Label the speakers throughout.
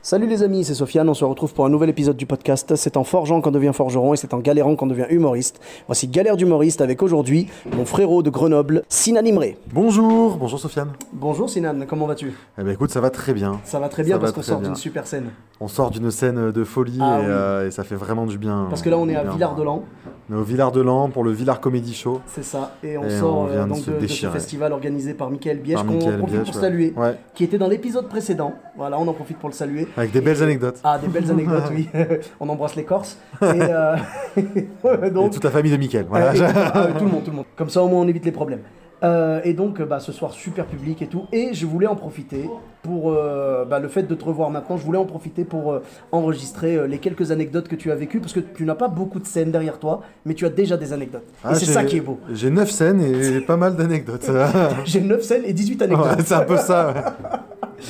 Speaker 1: Salut les amis, c'est Sofiane, on se retrouve pour un nouvel épisode du podcast. C'est en forgeant qu'on devient forgeron et c'est en galérant qu'on devient humoriste. Voici Galère d'humoriste avec aujourd'hui mon frérot de Grenoble, Sinan Imré.
Speaker 2: Bonjour, bonjour Sofiane.
Speaker 1: Bonjour Sinan, comment vas-tu
Speaker 2: Eh ben écoute, ça va très bien.
Speaker 1: Ça va très bien
Speaker 2: Ça
Speaker 1: parce
Speaker 2: va
Speaker 1: qu'on
Speaker 2: très
Speaker 1: sort
Speaker 2: bien.
Speaker 1: d'une super scène.
Speaker 2: On sort d'une scène de folie
Speaker 1: Ah
Speaker 2: et,
Speaker 1: oui.
Speaker 2: euh, et ça fait vraiment du bien.
Speaker 1: Parce que là on est à
Speaker 2: Bien.
Speaker 1: Villard-de-Lans,
Speaker 2: On est au Villard de Lans pour le Villard Comedy Show.
Speaker 1: c'est ça, et on
Speaker 2: Et
Speaker 1: sort
Speaker 2: on
Speaker 1: euh,
Speaker 2: vient de
Speaker 1: donc
Speaker 2: se
Speaker 1: de, de ce
Speaker 2: déchirer.
Speaker 1: festival organisé par Michael Biège
Speaker 2: Par
Speaker 1: qu'on
Speaker 2: Mickaël
Speaker 1: profite
Speaker 2: Biège,
Speaker 1: pour
Speaker 2: ouais.
Speaker 1: saluer,
Speaker 2: Ouais.
Speaker 1: qui était dans l'épisode précédent. Voilà, on en profite pour le saluer.
Speaker 2: Avec des belles anecdotes.
Speaker 1: Ah, des belles anecdotes, oui. on embrasse les Corses. Et, euh,
Speaker 2: Et
Speaker 1: donc,
Speaker 2: toute la famille de Mickaël. Voilà.
Speaker 1: Et- ah, tout le monde, tout le monde. Comme ça, au moins, on évite les problèmes. Euh, et donc, euh, bah, ce soir, super public et tout. Et je voulais en profiter pour euh, bah, le fait de te revoir maintenant. Je voulais en profiter pour euh, enregistrer euh, les quelques anecdotes que tu as vécues, parce que tu n'as pas beaucoup de scènes derrière toi, mais tu as déjà des anecdotes.
Speaker 2: Ah,
Speaker 1: et c'est
Speaker 2: j'ai-
Speaker 1: ça qui est beau.
Speaker 2: J'ai 9 scènes et pas mal d'anecdotes. Ouais,
Speaker 1: J'ai 9 scènes et 18 anecdotes.
Speaker 2: c'est un peu ça. ouais.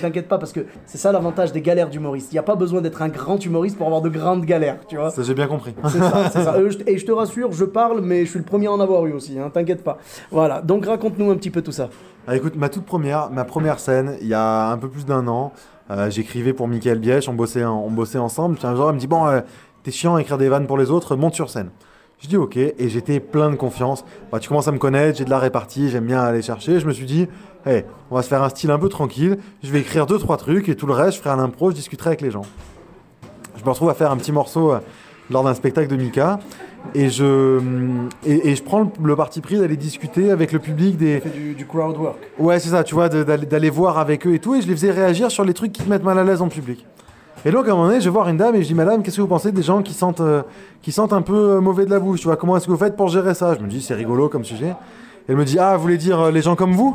Speaker 1: T'inquiète pas, parce que c'est ça l'avantage des galères d'humoristes. Il n'y a pas besoin d'être un grand humoriste pour avoir de grandes galères, tu vois.
Speaker 2: Ça j'ai bien compris.
Speaker 1: C'est ça, c'est ça. Euh, je- Et je te rassure, je parle, mais je suis le premier à en avoir eu aussi, hein, t'inquiète pas. Voilà, donc raconte-nous un petit peu tout ça.
Speaker 2: Ah, écoute, ma toute première, ma première scène, il y a un peu plus d'un an, euh, j'écrivais pour Michael Bièche, on bossait, en- on bossait ensemble. Puis un jour, il me dit Bon, euh, t'es chiant à écrire des vannes pour les autres, monte sur scène. Je dis Ok, et j'étais plein de confiance. Bah, tu commences à me connaître, j'ai de la répartie, j'aime bien aller chercher. Je me suis dit Hey, on va se faire un style un peu tranquille, je vais écrire deux, trois trucs, et tout le reste, je ferai un impro, je discuterai avec les gens. Je me retrouve à faire un petit morceau euh, lors d'un spectacle de Mika. Et je, hum, et, et je prends le, le parti pris d'aller discuter avec le public des,
Speaker 1: Fais du, du crowd work.
Speaker 2: Ouais, c'est ça, tu vois, de- d'aller d'aller voir avec eux et tout, et je les faisais réagir sur les trucs qui te mettent mal à l'aise en public. Et donc, à un moment donné, je vais voir une dame et je dis, Madame, qu'est-ce que vous pensez des gens qui sentent, euh, qui sentent un peu euh, mauvais de la bouche Tu vois, comment est-ce que vous faites pour gérer ça Je me dis, c'est rigolo comme sujet. Elle me dit, Ah, vous voulez dire euh, les gens comme vous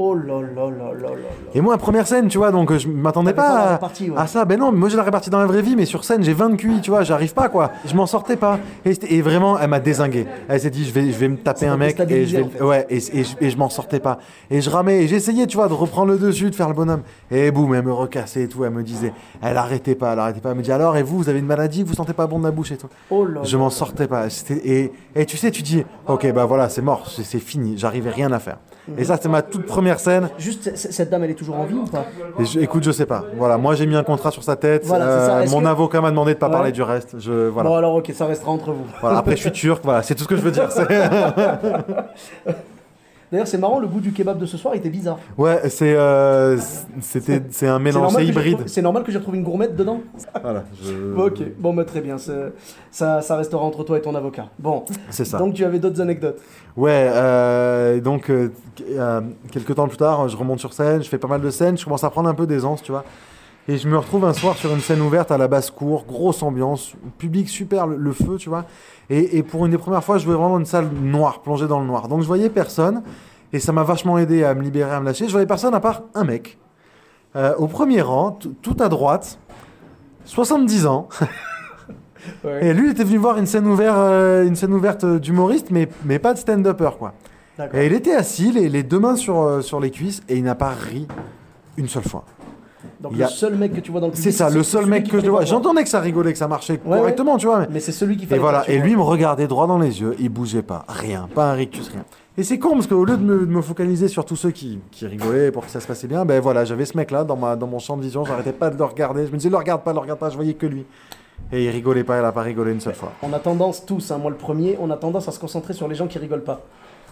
Speaker 1: Oh là là là là là là.
Speaker 2: Et moi, première scène, tu vois, donc euh, je m'attendais
Speaker 1: T'avais pas la
Speaker 2: pas, à,
Speaker 1: répartie, ouais.
Speaker 2: à ça. Ben non, mais moi j'ai la répartie dans la vraie vie, mais sur scène, j'ai 20 QI, tu vois, j'arrive pas, quoi. Je m'en sortais pas. Et, c'était- et vraiment, elle m'a dézingué. Elle s'est dit, je vais, je vais me taper
Speaker 1: t'a
Speaker 2: un mec. Et je
Speaker 1: déstabilisé,
Speaker 2: vais,
Speaker 1: en fait.
Speaker 2: Ouais, et, et je, et je m'en sortais pas. Et je ramais, et j'essayais, tu vois, de reprendre le dessus, de faire le bonhomme. Et boum, elle me recassait et tout, elle me disait, elle arrêtait pas, elle arrêtait pas. Elle me dit, alors, et vous, vous avez une maladie, vous sentez pas bon de la bouche et tout.
Speaker 1: Oh là
Speaker 2: Je
Speaker 1: là
Speaker 2: m'en sortais pas. C'était- Et, et tu sais, tu dis, ok, bah voilà, c'est mort, c'est c'est fini, j'arrivais rien à faire. Et ça, c'était ma toute première scène.
Speaker 1: Juste, c- c- cette dame, elle est toujours en vie ou pas
Speaker 2: Et je- écoute, je sais pas. Voilà, moi j'ai mis un contrat sur sa tête. Euh,
Speaker 1: Voilà, c'est ça. Est-ce
Speaker 2: mon
Speaker 1: que-
Speaker 2: avocat m'a demandé de pas
Speaker 1: Ouais.
Speaker 2: parler du reste. Je voilà.
Speaker 1: Bon, alors, ok, ça restera entre vous.
Speaker 2: Voilà, Après, je suis turc. Voilà, c'est tout ce que je veux dire. C'est-
Speaker 1: D'ailleurs, c'est marrant, le goût du kebab de ce soir était bizarre.
Speaker 2: Ouais, c'est euh, c'était c'est un mélange, c'est
Speaker 1: que j'ai
Speaker 2: hybride. Euh.
Speaker 1: retrouvé- c'est normal que j'ai retrouvé une gourmette dedans
Speaker 2: Voilà. je-
Speaker 1: Ok, bon, bah, très bien. c'est- Ça, ça restera entre toi et ton avocat. Bon,
Speaker 2: C'est ça.
Speaker 1: donc tu avais d'autres anecdotes.
Speaker 2: Ouais. euh, donc euh, euh, quelques temps plus tard, je remonte sur scène, je fais pas mal de scènes, je commence à prendre un peu d'aisance, tu vois. Et je me retrouve un soir sur une scène ouverte à la basse-cour, grosse ambiance, public super, le, le feu, tu vois. Et, et pour une des premières fois, je jouais vraiment dans une salle noire, plongée dans le noir. Donc je voyais personne, et ça m'a vachement aidé à me libérer, à me lâcher. Je voyais personne à part un mec. Euh, au premier rang, t- tout à droite, 70 ans.
Speaker 1: Ouais.
Speaker 2: Et lui, il était venu voir une scène, ouverte, euh, une scène ouverte euh, d'humoriste, mais, mais pas de stand-upper, quoi.
Speaker 1: D'accord.
Speaker 2: Et il était assis, les, les deux mains sur, euh, sur les cuisses, et il n'a pas ri une seule fois.
Speaker 1: Donc,
Speaker 2: il y
Speaker 1: le
Speaker 2: a-
Speaker 1: seul mec que tu vois dans le public.
Speaker 2: C'est ça, le seul
Speaker 1: celui
Speaker 2: mec
Speaker 1: qui
Speaker 2: que je
Speaker 1: fait
Speaker 2: vois.
Speaker 1: pas voir.
Speaker 2: J'entendais que ça rigolait, que ça marchait
Speaker 1: Ouais,
Speaker 2: correctement, tu vois. mais-
Speaker 1: Mais c'est celui qui fait
Speaker 2: Et voilà, et lui me regardait droit dans les yeux, il bougeait pas, rien, pas un rictus, rien. Et c'est con parce qu'au lieu de me, de me focaliser sur tous ceux qui, qui rigolaient pour que ça se passait bien, ben voilà, j'avais ce mec-là dans, ma, dans mon champ de vision, j'arrêtais pas de le regarder, je me disais, le regarde pas, le regarde pas, je voyais que lui. Et il rigolait pas, il a pas rigolé une seule fois.
Speaker 1: On a tendance, tous, hein, moi le premier, on a tendance à se concentrer sur les gens qui rigolent pas.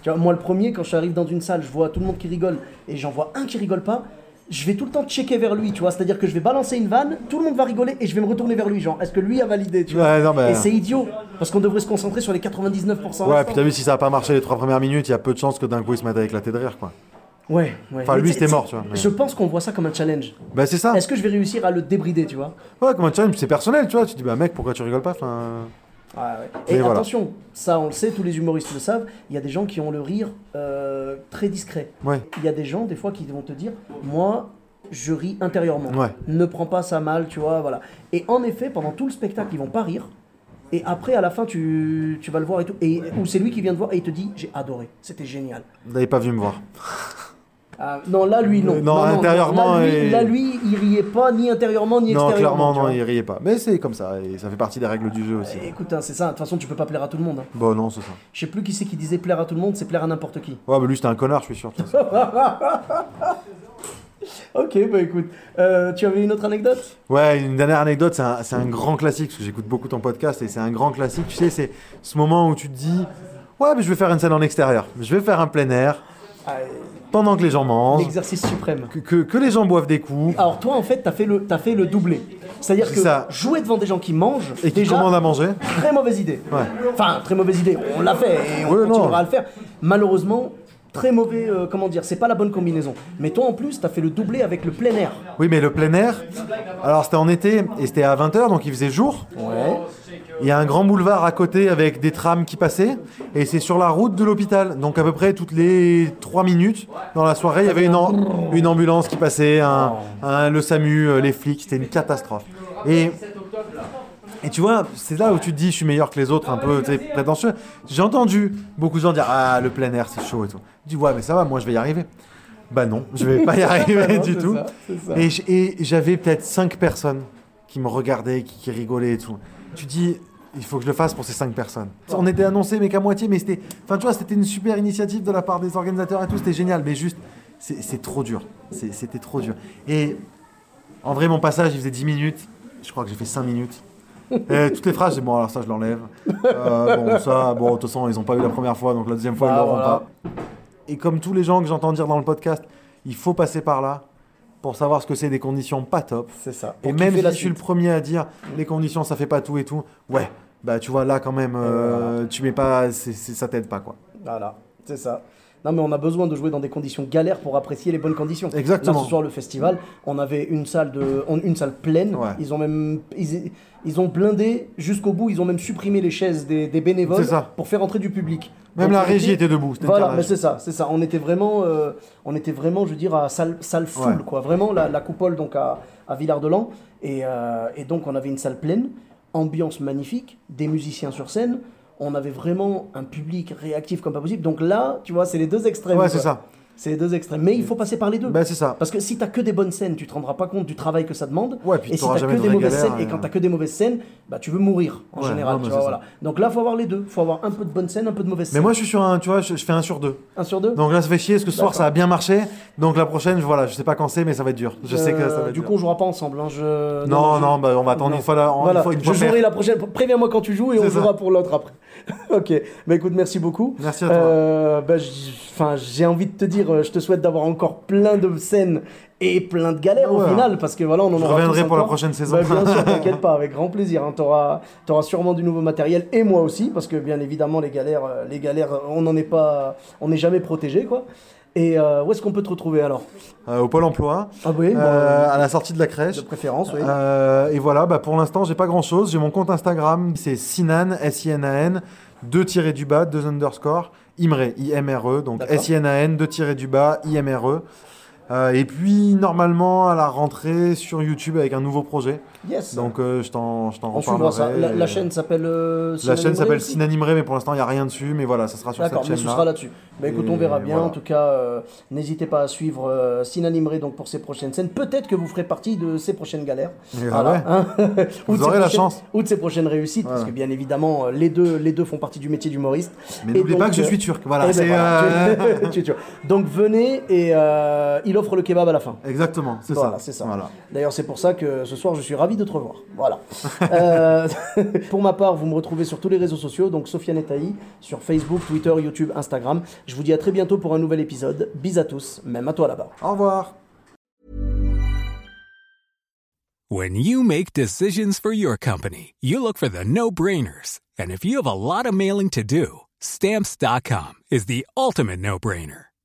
Speaker 1: Tu vois, moi le premier, quand j'arrive dans une salle, je vois tout le monde qui rigole et j'en vois un qui rigole pas, je vais tout le temps checker vers lui, tu vois. C'est-à-dire que je vais balancer une vanne, tout le monde va rigoler et je vais me retourner vers lui, genre, est-ce que lui a validé, tu vois
Speaker 2: Ouais, non, mais-
Speaker 1: Et c'est idiot, parce qu'on devrait se concentrer sur les 99%.
Speaker 2: Ouais,
Speaker 1: restants.
Speaker 2: puis t'as vu, si ça a pas marché les trois premières minutes, il y a peu de chances que d'un coup il se mette à éclater de rire, quoi.
Speaker 1: Ouais, ouais.
Speaker 2: Enfin,
Speaker 1: Mais
Speaker 2: lui,
Speaker 1: tu-
Speaker 2: c'était mort, tu vois, mais-
Speaker 1: Je pense qu'on voit ça comme un challenge.
Speaker 2: Ben c'est ça.
Speaker 1: Est-ce que je vais réussir à le débrider, tu vois
Speaker 2: Ouais, comme un challenge, c'est personnel, tu vois. Tu dis, bah mec, pourquoi tu rigoles pas enfin...
Speaker 1: Ouais, Ah ouais.
Speaker 2: Mais
Speaker 1: Et
Speaker 2: voilà.
Speaker 1: attention, ça on le sait, tous les humoristes le savent, il y a des gens qui ont le rire euh, très discret.
Speaker 2: Ouais.
Speaker 1: Il y a des gens, des fois, qui vont te dire Moi, je ris intérieurement.
Speaker 2: Ouais.
Speaker 1: Ne prends pas ça mal, tu vois, voilà. Et en effet, pendant tout le spectacle, ils vont pas rire. Et après, à la fin, tu, tu vas le voir et tout. Et, Ou c'est lui qui vient te voir et il te dit J'ai adoré, c'était génial.
Speaker 2: Vous n'avez pas vu me voir.
Speaker 1: Ah, non, là, lui, non.
Speaker 2: Euh, Non, intérieurement,
Speaker 1: Là, lui,
Speaker 2: et-
Speaker 1: là, lui, il riait pas, ni intérieurement, ni
Speaker 2: Non,
Speaker 1: extérieurement.
Speaker 2: clairement,
Speaker 1: tu
Speaker 2: non,
Speaker 1: vois.
Speaker 2: il riait pas. Mais c'est comme ça, et ça fait partie des règles du jeu aussi.
Speaker 1: Écoute, hein, c'est ça, de toute façon, tu peux pas plaire à tout le monde. hein.
Speaker 2: Bon, non, c'est ça.
Speaker 1: Je sais plus qui c'est qui disait plaire à tout le monde, c'est plaire à n'importe qui.
Speaker 2: Ouais, bah lui, c'était un connard, je suis sûr. de toute façon.
Speaker 1: Ok, bah écoute, Euh, tu avais une autre anecdote
Speaker 2: Ouais, une dernière anecdote, c'est un, c'est un grand classique, parce que j'écoute beaucoup ton podcast, et c'est un grand classique, tu sais, c'est ce moment où tu te dis, ouais, mais je vais faire une scène en extérieur, je vais faire un plein air, pendant que les gens mangent,
Speaker 1: Ah, L'exercice suprême.
Speaker 2: que, que- que les gens boivent des coups,
Speaker 1: Alors toi, en fait, t'as fait le, t'as fait le doublé. C'est-à-dire que
Speaker 2: C'est ça.
Speaker 1: jouer devant des gens qui mangent,
Speaker 2: et qu'ils
Speaker 1: déjà,
Speaker 2: commandent à manger.
Speaker 1: très mauvaise idée.
Speaker 2: Ouais.
Speaker 1: Enfin, très mauvaise idée. On l'a fait et on
Speaker 2: Ouais, non.
Speaker 1: continuera à le faire. Malheureusement, très mauvais. euh, comment dire C'est pas la bonne combinaison. Mais toi, en plus, t'as fait le doublé avec le plein air.
Speaker 2: Oui, mais le plein air, alors c'était en été, et c'était à 20h, donc il faisait jour.
Speaker 1: Ouais.
Speaker 2: Il y a un grand boulevard à côté avec des trams qui passaient, et c'est sur la route de l'hôpital. Donc à peu près toutes les 3 minutes, dans la soirée, il y avait une, am- une ambulance qui passait, un, un- le SAMU, euh, les flics, c'était une catastrophe. Et, et tu vois, c'est là où tu te dis, je suis meilleur que les autres, un peu tu sais, prétentieux. J'ai entendu beaucoup de gens dire, ah, le plein air, c'est chaud et tout. Je dis, ouais, mais ça va, moi je vais y arriver. Bah non, je vais pas y arriver
Speaker 1: non,
Speaker 2: du
Speaker 1: c'est
Speaker 2: tout.
Speaker 1: ça, c'est ça.
Speaker 2: Et j- Et j'avais peut-être 5 personnes qui me regardaient, qui, qui rigolaient et tout. Tu dis, il faut que je le fasse pour ces 5 personnes. On était annoncé, mais qu'à moitié, mais c'était. Enfin, tu vois, c'était une super initiative de la part des organisateurs et tout, c'était génial, mais juste, c'est c'est trop dur. C'est- C'était trop dur. Et en vrai, mon passage, il faisait 10 minutes. Je crois que j'ai fait 5 minutes. Et toutes les phrases, j'ai dit, bon, alors ça, je l'enlève. Euh, bon, ça, bon, de toute façon, ils ont pas eu la première fois, donc la deuxième fois, ils
Speaker 1: Ah,
Speaker 2: l'auront
Speaker 1: voilà.
Speaker 2: pas. Et comme tous les gens que j'entends dire dans le podcast, il faut passer par là pour savoir ce que c'est des conditions pas top.
Speaker 1: C'est ça.
Speaker 2: Et
Speaker 1: Pour
Speaker 2: même
Speaker 1: kiffer
Speaker 2: si
Speaker 1: la
Speaker 2: je suis le
Speaker 1: suite.
Speaker 2: premier à dire les conditions ça fait pas tout et tout, ouais, bah tu vois là quand même, euh, tu mets pas, c'est- c'est- ça t'aide pas quoi.
Speaker 1: Voilà, c'est ça. Non mais on a besoin de jouer dans des conditions galères pour apprécier les bonnes conditions.
Speaker 2: Exactement.
Speaker 1: Là, ce soir le festival, on avait une salle de, on- une salle pleine.
Speaker 2: Ouais.
Speaker 1: Ils ont même, ils, ils ont blindé jusqu'au bout. Ils ont même supprimé les chaises des, des bénévoles
Speaker 2: C'est ça.
Speaker 1: pour faire entrer du public.
Speaker 2: Même
Speaker 1: Donc,
Speaker 2: la
Speaker 1: on
Speaker 2: régie était debout, c'était une
Speaker 1: Voilà,
Speaker 2: carnage.
Speaker 1: mais c'est ça, c'est ça. On était vraiment, euh, on était vraiment, je veux dire, à salle, salle full
Speaker 2: Ouais.
Speaker 1: quoi. Vraiment la, la coupole donc à, à Villard-de-Lans et, euh, et donc on avait une salle pleine, ambiance magnifique, des musiciens sur scène. On avait vraiment un public réactif comme pas possible. Donc là, tu vois, c'est les deux extrêmes.
Speaker 2: Ouais,
Speaker 1: quoi.
Speaker 2: c'est ça.
Speaker 1: C'est les deux extrêmes. Mais il faut passer par les deux.
Speaker 2: Bah, c'est ça.
Speaker 1: Parce que si t'as que des bonnes scènes, tu te rendras pas compte du travail que ça demande.
Speaker 2: Ouais, puis
Speaker 1: et si
Speaker 2: t'auras
Speaker 1: t'as
Speaker 2: jamais
Speaker 1: que
Speaker 2: de
Speaker 1: des
Speaker 2: vraie
Speaker 1: mauvaises
Speaker 2: galère,
Speaker 1: scènes, et
Speaker 2: et-
Speaker 1: quand t'as que des mauvaises scènes, bah tu veux mourir en
Speaker 2: Ouais,
Speaker 1: général.
Speaker 2: non,
Speaker 1: tu
Speaker 2: mais
Speaker 1: vois,
Speaker 2: c'est ça.
Speaker 1: voilà. Donc là, faut avoir les deux. Faut avoir un peu de bonnes scènes, un peu de mauvaises
Speaker 2: Mais
Speaker 1: scènes.
Speaker 2: moi je suis sur un, tu vois, je, je fais un sur deux.
Speaker 1: un sur deux.
Speaker 2: Donc là ça fait chier parce que ce soir
Speaker 1: D'accord.
Speaker 2: ça a bien marché, donc la prochaine, je- voilà, je sais pas quand c'est, mais ça va être dur. Je sais que ça va
Speaker 1: Euh,
Speaker 2: être
Speaker 1: Du
Speaker 2: dur.
Speaker 1: coup, on jouera pas ensemble. hein, je...
Speaker 2: non,
Speaker 1: je-
Speaker 2: non, bah on va attendre
Speaker 1: Non.
Speaker 2: une fois la, en-
Speaker 1: Voilà,
Speaker 2: une fois, une
Speaker 1: je
Speaker 2: fois
Speaker 1: jouerai
Speaker 2: merde.
Speaker 1: la prochaine. Préviens-moi quand tu joues et on
Speaker 2: C'est ça.
Speaker 1: jouera pour l'autre après. ok. Bah écoute, merci beaucoup.
Speaker 2: Merci à toi.
Speaker 1: Euh, bah, j- enfin, j'ai envie de te dire, euh, je te souhaite d'avoir encore plein de scènes et plein de galères au
Speaker 2: Ouais.
Speaker 1: final parce que voilà, on en
Speaker 2: Je
Speaker 1: aura.
Speaker 2: reviendrai
Speaker 1: tous
Speaker 2: pour la
Speaker 1: encore.
Speaker 2: prochaine saison.
Speaker 1: Bah, bien sûr, t'inquiète pas, avec grand plaisir. Hein, T'auras, t'auras sûrement du nouveau matériel et moi aussi parce que bien évidemment les galères, euh, les galères, on n'en est pas, on n'est jamais protégé quoi. Et euh, où est-ce qu'on peut te retrouver alors
Speaker 2: Euh, au Pôle emploi,
Speaker 1: Ah oui, bon,
Speaker 2: euh, à la sortie de la crèche.
Speaker 1: de préférence, oui.
Speaker 2: Euh, et voilà, bah, pour l'instant, j'ai pas grand chose. J'ai mon compte Instagram, c'est Sinan, S-I-N-A-N, 2 tirés du bas, 2 underscore, Imre, I-M-R-E, E, donc
Speaker 1: D'accord.
Speaker 2: S-I-N-A-N, 2 tirés du bas, I-M-R-E. Euh, et puis, normalement, à la rentrée sur YouTube avec un nouveau projet.
Speaker 1: Yes.
Speaker 2: Donc, euh, je t'en je t'en
Speaker 1: On suivra
Speaker 2: reparlerai.
Speaker 1: ça. La, la
Speaker 2: Et-
Speaker 1: chaîne s'appelle. euh,
Speaker 2: la chaîne
Speaker 1: Synanimré
Speaker 2: s'appelle
Speaker 1: aussi
Speaker 2: Sinan Imre, mais pour l'instant, il n'y a rien dessus. Mais voilà, ça sera sur cette
Speaker 1: D'accord, mais ce
Speaker 2: chaîne-là.
Speaker 1: sera là-dessus. Bah écoute, on
Speaker 2: Et
Speaker 1: verra bien.
Speaker 2: voilà.
Speaker 1: En tout cas, euh, n'hésitez pas à suivre euh, Synanimré donc pour ses prochaines scènes. Peut-être que vous ferez partie de ses prochaines galères.
Speaker 2: Et Eh ben ouais.
Speaker 1: hein. Ou
Speaker 2: Vous
Speaker 1: de ses
Speaker 2: aurez la
Speaker 1: prochaines-
Speaker 2: chance.
Speaker 1: Ou de ses prochaines réussites, parce que bien évidemment, euh, les deux, les deux font partie du métier d'humoriste.
Speaker 2: Mais
Speaker 1: Et
Speaker 2: n'oubliez
Speaker 1: donc,
Speaker 2: pas que je
Speaker 1: euh,
Speaker 2: suis turc. Voilà,
Speaker 1: eh ben
Speaker 2: c'est, euh,
Speaker 1: voilà, tu- tu es turc. Donc venez et euh, il offre le kebab à la fin.
Speaker 2: Exactement, c'est
Speaker 1: Voilà,
Speaker 2: ça.
Speaker 1: c'est ça.
Speaker 2: Voilà.
Speaker 1: D'ailleurs, c'est pour ça que ce soir, je suis ravi de te revoir. Voilà. Euh, pour ma part, vous me retrouvez sur tous les réseaux sociaux, donc Sofiane Taï, sur Facebook, Twitter, YouTube, Instagram. Je vous dis à très bientôt pour un nouvel épisode. Bis à tous, même à toi là-bas.
Speaker 2: Au revoir.
Speaker 3: When you make decisions for your company, you look for the no brainers. And if you have a lot of mailing to do, stamps.com is the ultimate no brainer.